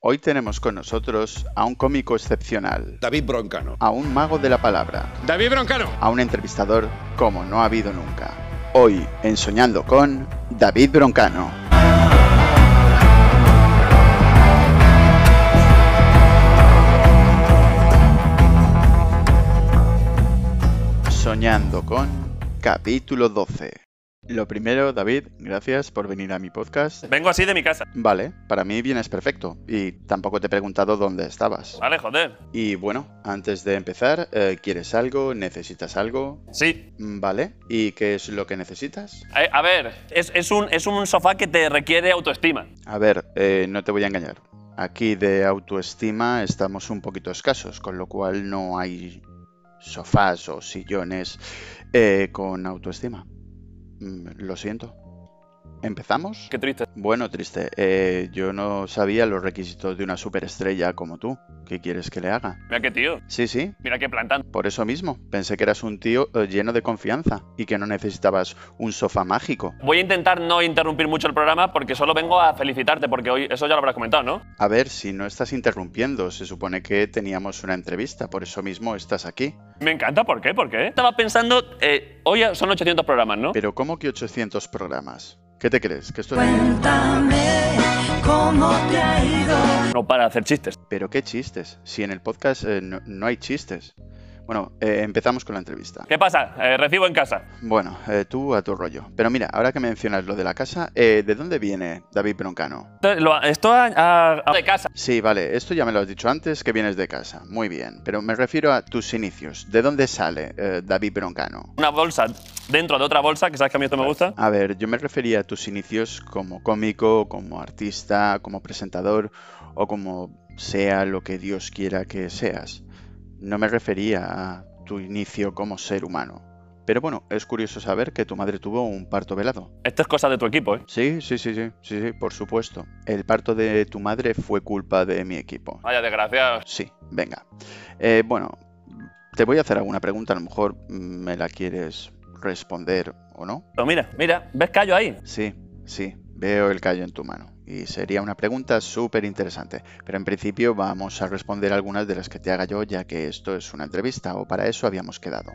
Hoy tenemos con nosotros a un cómico excepcional, David Broncano. a un mago de la palabra, David Broncano. a un entrevistador como no ha habido nunca. Hoy, en Soñando con David Broncano. Soñando con capítulo 12. Lo primero, David, gracias por venir a mi podcast. Vengo así de mi casa. Vale, para mí vienes perfecto y tampoco te he preguntado dónde estabas. Vale, joder. Y bueno, antes de empezar, eh, ¿quieres algo? ¿Necesitas algo? Sí. Mm, Vale, ¿y qué es lo que necesitas? A, Eh, a ver, es, es un, es un sofá que te requiere autoestima. A ver, eh, no te voy a engañar. Aquí de autoestima estamos un poquito escasos, con lo cual no hay sofás o sillones eh, con autoestima. Mm, Lo siento. ¿Empezamos? Qué triste. Bueno, triste. eh, yo no sabía los requisitos de una superestrella como tú. ¿Qué quieres que le haga? Mira qué tío. Sí, sí, Mira qué plantando. por eso mismo. Pensé que eras un tío eh, lleno de confianza y que no necesitabas un sofá mágico. Voy a intentar no interrumpir mucho el programa porque solo vengo a felicitarte porque hoy eso ya lo habrás comentado, ¿no? A ver, si no estás interrumpiendo, se supone que teníamos una entrevista, por eso mismo estás aquí. Me encanta, ¿por qué? ¿Por qué? Estaba pensando, eh, hoy son 800 programas, ¿no? Pero ¿cómo que 800 programas? ¿Qué te crees? ¿Que esto es... Cuéntame cómo te ha ido. No para de hacer chistes. Pero qué chistes, si en el podcast eh, no, no hay chistes. Bueno, eh, empezamos con la entrevista. ¿Qué pasa? Eh, recibo en casa. Bueno, eh, tú a tu rollo. Pero mira, ahora que mencionas lo de la casa, eh, ¿de dónde viene David Broncano? Esto, lo- esto a- a- a- de casa. Sí, vale, esto ya me lo has dicho antes, que vienes de casa. Muy bien, pero me refiero a tus inicios. ¿De dónde sale eh, David Broncano? Una bolsa dentro de otra bolsa, que sabes que a mí esto me gusta. A ver, yo me refería a tus inicios como cómico, como artista, como presentador o como sea lo que Dios quiera que seas. No me refería a tu inicio como ser humano. Pero bueno, es curioso saber que tu madre tuvo un parto velado. Esto es cosa de tu equipo, ¿eh? Sí, sí, sí, sí, sí, sí, por supuesto. El parto de tu madre fue culpa de mi equipo. Vaya desgraciados. Sí, venga. Eh, bueno, te voy a hacer alguna pregunta, a lo mejor mm, me la quieres responder o no. Pero mira, mira, ¿ves callo ahí? Sí, sí, veo el callo en tu mano. Y sería una pregunta súper interesante. Pero en principio vamos a responder algunas de las que te haga yo, ya que esto es una entrevista o para eso habíamos quedado.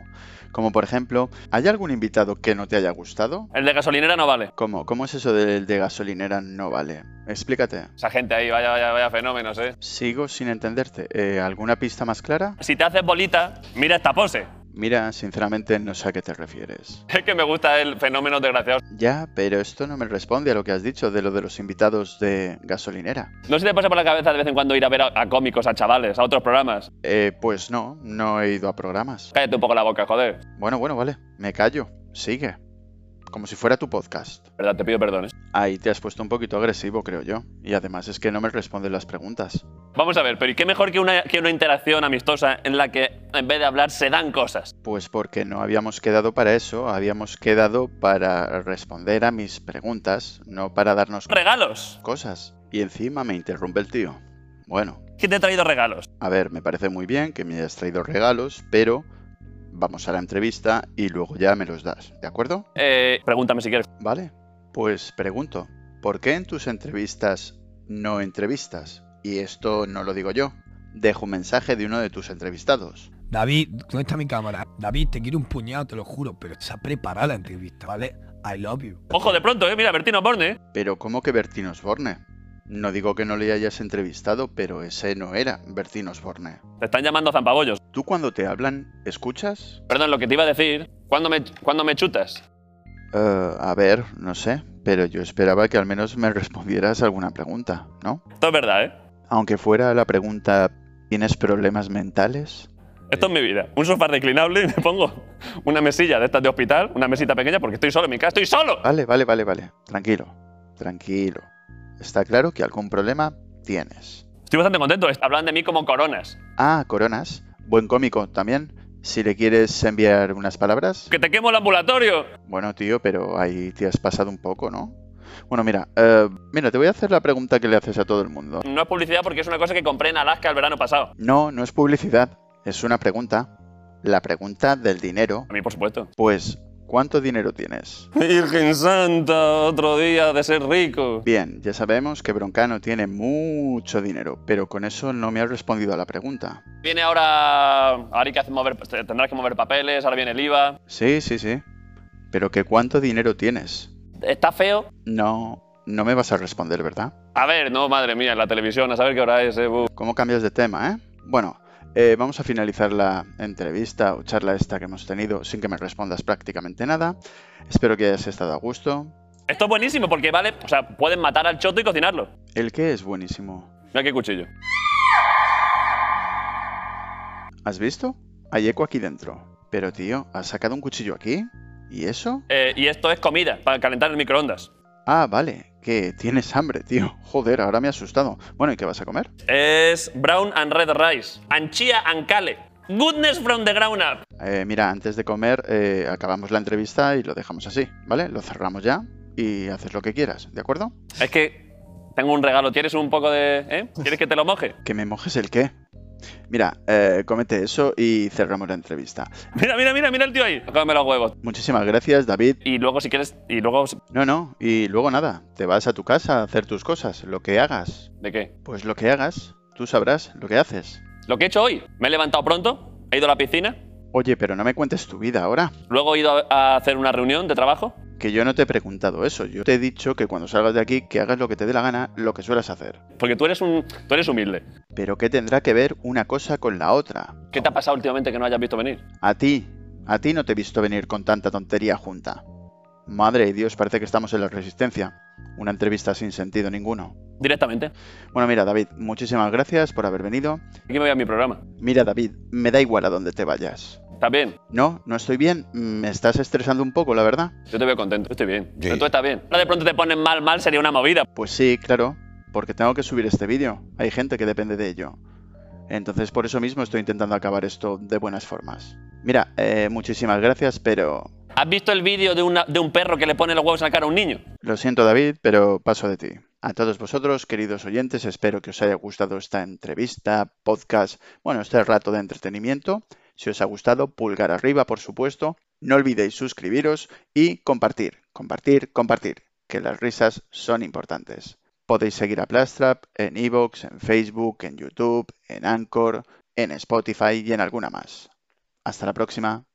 Como por ejemplo, ¿hay algún invitado que no te haya gustado? El de gasolinera no vale. ¿Cómo? ¿Cómo es eso del de gasolinera no vale? Explícate. Esa gente ahí, vaya, vaya, vaya fenómenos, ¿eh? Sigo sin entenderte. Eh, ¿Alguna pista más clara? Si te haces bolita, mira esta pose. Mira, sinceramente no sé a qué te refieres. Es que me gusta el fenómeno desgraciado. Ya, pero esto no me responde a lo que has dicho de lo de los invitados de gasolinera. No sé si te pasa por la cabeza de vez en cuando ir a ver a, a cómicos, a chavales, a otros programas. Eh, pues no, no he ido a programas. Cállate un poco la boca, joder. Bueno, bueno, vale, me callo. Sigue. Como si fuera tu podcast. Verdad, te pido perdón. ¿eh? Ahí te has puesto un poquito agresivo, creo yo. Y además es que no me responden las preguntas. Vamos a ver, pero ¿y qué mejor que una, que una interacción amistosa en la que en vez de hablar se dan cosas? Pues porque no habíamos quedado para eso, habíamos quedado para responder a mis preguntas, no para darnos ¡Regalos! cosas. Y encima me interrumpe el tío. Bueno, ¿Quién te ha traído regalos? A ver, me parece muy bien que me hayas traído regalos, pero vamos a la entrevista y luego ya me los das, ¿de acuerdo? Eh, pregúntame si quieres. Vale, pues pregunto, ¿por qué en tus entrevistas no entrevistas? Y esto no lo digo yo, dejo un mensaje de uno de tus entrevistados. David, ¿dónde está mi cámara? David, te quiero un puñado, te lo juro, pero está preparada la entrevista, ¿vale? I love you. Ojo, de pronto, ¿eh? Mira, Bertino Borne. Pero ¿cómo que Bertín Osborne? No digo que no le hayas entrevistado, pero ese no era Bertín Osborne. Te están llamando zampabollos. ¿Tú cuando te hablan, escuchas? Perdón, lo que te iba a decir. ¿Cuándo me, cuándo me chutas? Eh, a ver, no sé, pero yo esperaba que al menos me respondieras alguna pregunta, ¿no? Esto es verdad, ¿eh? Aunque fuera la pregunta, ¿tienes problemas mentales? Esto es mi vida. Un sofá reclinable y me pongo una mesilla de estas de hospital, una mesita pequeña, porque estoy solo en mi casa. ¡Estoy solo! Vale, vale, vale, vale. Tranquilo, tranquilo. Está claro que algún problema tienes. Estoy bastante contento. Hablan de mí como coronas. Ah, Coronas, buen cómico también. Si le quieres enviar unas palabras. ¡Que te quemo el ambulatorio! Bueno, tío, pero ahí te has pasado un poco, ¿no? Bueno, mira, eh, mira, te voy a hacer la pregunta que le haces a todo el mundo. No es publicidad porque es una cosa que compré en Alaska el verano pasado. No, no es publicidad, es una pregunta. La pregunta del dinero. A mí, por supuesto. Pues, ¿Cuánto dinero tienes? Virgen Santa, otro día de ser rico. Bien, ya sabemos que Broncano tiene mucho dinero, pero con eso no me has respondido a la pregunta. Viene ahora. Ahora hay que hacer mover, tendrás que mover papeles, ahora viene el IVA. Sí, sí, sí. Pero que cuánto dinero tienes. ¿Está feo? No, no me vas a responder, ¿verdad? A ver, no, madre mía, en la televisión, a saber qué hora es, eh, bu. ¿Cómo cambias de tema, eh? Bueno, eh, vamos a finalizar la entrevista o charla esta que hemos tenido sin que me respondas prácticamente nada. Espero que hayas estado a gusto. Esto es buenísimo porque vale, o sea, pueden matar al choto y cocinarlo. El que es buenísimo. Mira qué cuchillo. ¿Has visto? Hay eco aquí dentro. Pero tío, ¿has sacado un cuchillo aquí? ¿Y eso? Eh, y esto es comida para calentar el microondas. Ah, vale. Que tienes hambre, tío. Joder, ahora me he asustado. Bueno, ¿y qué vas a comer? Es brown and red rice. Anchia and kale. Goodness from the ground up. Eh, mira, antes de comer eh, acabamos la entrevista y lo dejamos así, ¿vale? Lo cerramos ya y haces lo que quieras, ¿de acuerdo? Es que tengo un regalo. ¿Quieres un poco de.? ¿Eh? ¿Quieres que te lo moje? Que me mojes el qué. Mira, eh, comete eso y cerramos la entrevista. Mira, mira, mira, mira el tío ahí. Cómeme los huevos. Muchísimas gracias, David. Y luego, si quieres. Y luego. No, no, y luego nada, te vas a tu casa a hacer tus cosas, lo que hagas. ¿De qué? Pues lo que hagas, tú sabrás lo que haces. Lo que he hecho hoy. Me he levantado pronto, he ido a la piscina, Oye, pero no me cuentes tu vida ahora, luego he ido a a hacer una reunión de trabajo. que yo no te he preguntado eso. Yo te he dicho que cuando salgas de aquí, que hagas lo que te dé la gana, lo que suelas hacer. Porque tú eres, un, tú eres humilde. Pero ¿qué tendrá que ver una cosa con la otra? ¿Qué te ha pasado últimamente que no hayas visto venir? A ti, a ti no te he visto venir con tanta tontería junta. Madre de Dios, parece que estamos en la resistencia. Una entrevista sin sentido ninguno. Directamente. Bueno, mira, David, muchísimas gracias por haber venido. Aquí me voy a mi programa. Mira, David, me da igual a dónde te vayas. ¿Estás bien? No, no estoy bien, me estás estresando un poco, la verdad. Yo te veo contento. Yo estoy bien. Sí. Pero tú estás bien. Ahora de pronto te ponen mal, mal, sería una movida. Pues sí, claro, porque tengo que subir este vídeo. Hay gente que depende de ello. Entonces, por eso mismo estoy intentando acabar esto de buenas formas. Mira, eh, muchísimas gracias, pero ¿Has visto el vídeo de, una- de un perro que le pone los huevos en la cara a un niño? Lo siento David, pero paso de ti. A todos vosotros, queridos oyentes, espero que os haya gustado esta entrevista, podcast, bueno, este rato de entretenimiento. Si os ha gustado, pulgar arriba, por supuesto. No olvidéis suscribiros y compartir, compartir, compartir, que las risas son importantes. Podéis seguir a Plastrap en Evox, en Facebook, en YouTube, en Anchor, en Spotify y en alguna más. Hasta la próxima.